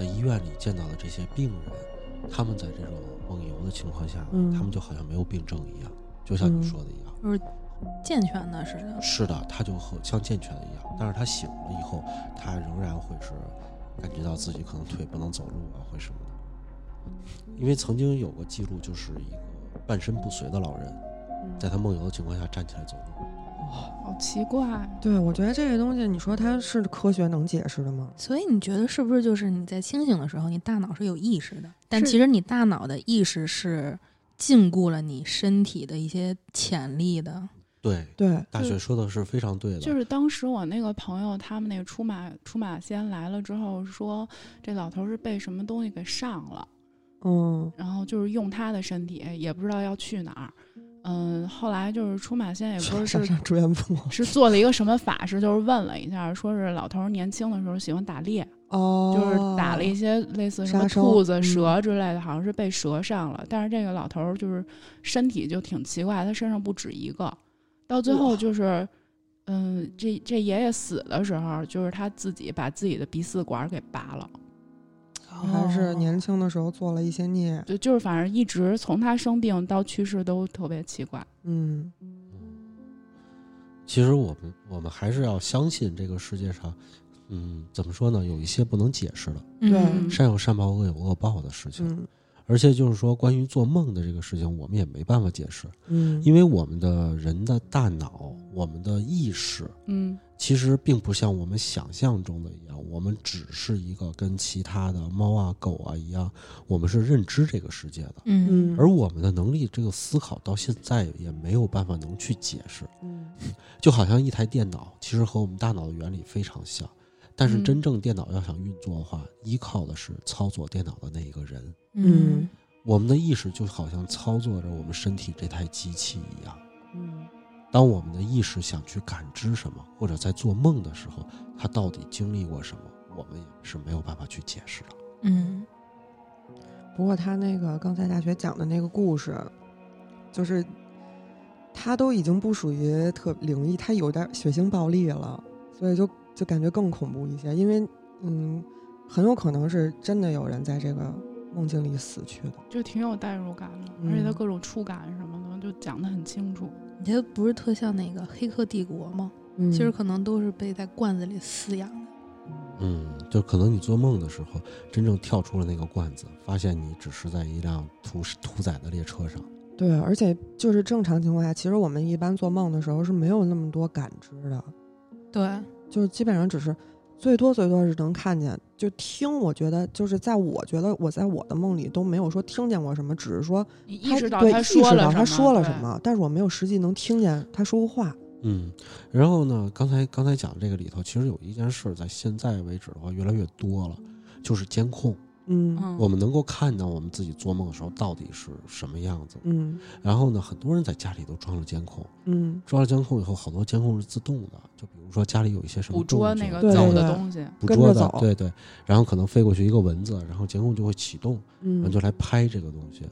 在医院里见到的这些病人，他们在这种梦游的情况下，嗯他们就好像没有病症一样，就像嗯你说的一样。健全的似的，是的，他就和像健全的一样，但是他醒了以后，他仍然会是感觉到自己可能腿不能走路啊，或什么的。因为曾经有个记录，就是一个半身不遂的老人，嗯在他梦游的情况下站起来走路。好奇怪。啊对，我觉得这个东西，你说它是科学能解释的吗？所以你觉得是不是就是你在清醒的时候，你大脑是有意识的，但是其实你大脑的意识是禁锢了你身体的一些潜力的。对，对，大雪说的是非常对的。就是当时我那个朋友，他们那个出马出马仙来了之后说，这老头儿是被什么东西给上了。嗯然后就是用他的身体，哎也不知道要去哪儿。嗯，后来就是出马仙也不 上是上是上住院部啊是做了一个什么法事，就是问了一下，说是老头儿年轻的时候喜欢打猎， 哦，就是打了一些类似什么杀生兔子、嗯蛇之类的，好像是被蛇上了。但是这个老头儿就是身体就挺奇怪，他身上不止一个，到最后哇就是。嗯，这这爷爷死的时候，就是他自己把自己的鼻饲管给拔了，还是年轻的时候做了一些孽，就就是反正一直从他生病到去世都特别奇怪。嗯其实我们我们还是要相信这个世界上，嗯，怎么说呢？有一些不能解释的，对嗯善有善报，恶有恶报的事情。嗯而且就是说，关于做梦的这个事情，我们也没办法解释，嗯，因为我们的人的大脑，我们的意识，嗯，其实并不像我们想象中的一样，我们只是一个跟其他的猫啊、狗啊一样，我们是认知这个世界的。嗯嗯而我们的能力，这个思考到现在也没有办法能去解释。嗯就好像一台电脑，其实和我们大脑的原理非常像，但是嗯真正电脑要想运作的话，依靠的是操作电脑的那一个人。嗯我们的意识就好像操作着我们身体这台机器一样。嗯当我们的意识想去感知什么，或者在做梦的时候，它到底经历过什么，我们也是没有办法去解释的。嗯不过他那个刚才大学讲的那个故事，就是他都已经不属于特灵异，他有点血腥暴力了，所以就就感觉更恐怖一些，因为嗯，很有可能是真的有人在这个梦境里死去的。就挺有代入感的，嗯而且它各种触感什么的就讲得很清楚。你觉得不是特像那个《黑客帝国》吗？嗯其实可能都是被在罐子里饲养的。嗯，就可能你做梦的时候，真正跳出了那个罐子，发现你只是在一辆屠屠宰的列车上。对，而且就是正常情况下，其实我们一般做梦的时候是没有那么多感知的，对，就是基本上只是最多最多是能看见，就听。我觉得就是在我觉得我在我的梦里都没有说听见过什么，只是说你意他识到对他意识说了到什他么说了对什么，但是我没有实际能听见他说过话。嗯，然后呢，刚才刚才讲这个里头，其实有一件事儿，在现在为止的话，越来越多了，就是监控，嗯嗯，我们能够看到我们自己做梦的时候到底是什么样子。嗯然后呢，很多人在家里都装了监控，嗯，装了监控以后，好多监控是自动的，就比如说家里有一些什么捕捉动静那个对走对的对东西，捕跟捉着的走，对对，然后可能飞过去一个蚊子，然后监控就会启动，然后嗯就来拍这个东西。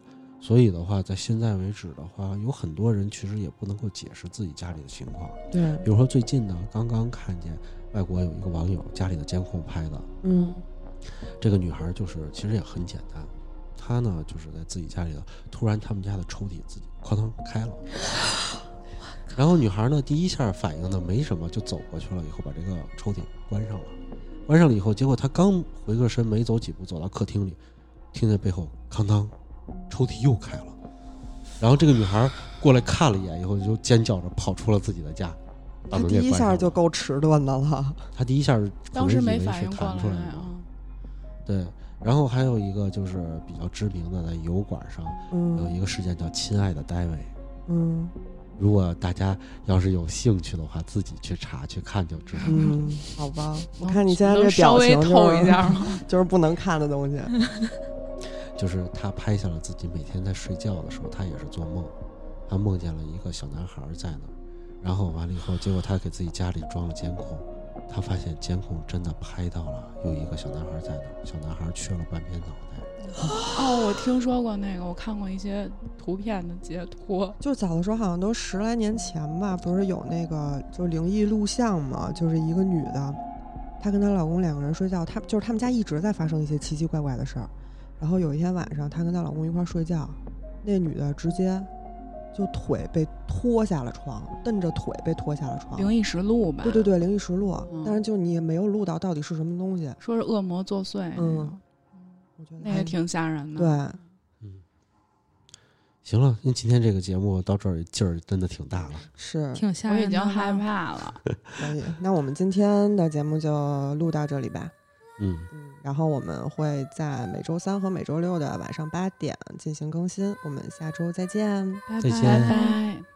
所以的话，在现在为止的话，有很多人其实也不能够解释自己家里的情况。对，比如说最近呢，刚刚看见外国有一个网友家里的监控拍的，嗯这个女孩就是其实也很简单，她呢就是在自己家里的，突然他们家的抽屉自己哐当开了，然后女孩呢第一下反应呢没什么，就走过去了，以后把这个抽屉关上了，关上了以后，结果她刚回个身，没走几步走到客厅里，听见背后哐当，抽屉又开了，然后这个女孩过来看了一眼以后，就尖叫着跑出了自己的家。把他门第给一关下上就了够迟钝的了。他第一下当时没反反应过弹出来的嘛啊。对，然后还有一个就是比较知名的，在油管上有一嗯个事件叫“亲爱的戴维”。嗯如果大家要是有兴趣的话，自己去查去看就知道。嗯，好 吧，我能看你现在能这表稍微情透一就是 下吗？就是不能看的东西。 就是他拍下了自己每天在睡觉的时候，他也是做梦，他梦见了一个小男孩在那儿，然后完了以后，结果他给自己家里装了监控，他发现监控真的拍到了有一个小男孩在那儿，小男孩缺了半边脑袋。哦，我听说过那个，我看过一些图片的截图，就早的时候好像都十来年前吧，不是有那个就灵异录像嘛，就是一个女的，她跟她老公两个人睡觉，她就是他们家一直在发生一些奇奇怪怪的事儿。然后有一天晚上，她跟她老公一块儿睡觉，那女的直接就腿被拖下了床，蹬着腿被拖下了床。灵异实录吧？对对，对，灵异实录，嗯但是就你也没有录到到底是什么东西，说是恶魔作祟那嗯种，我觉得那还个挺吓人的。对，嗯，行了，那今天这个节目到这儿劲儿真的挺大了。是挺吓我已人的了。经害怕了。可以。那我们今天的节目就录到这里吧。嗯，嗯，然后我们会在每周三和每周六的晚上八点进行更新。我们下周再见。拜再拜见拜。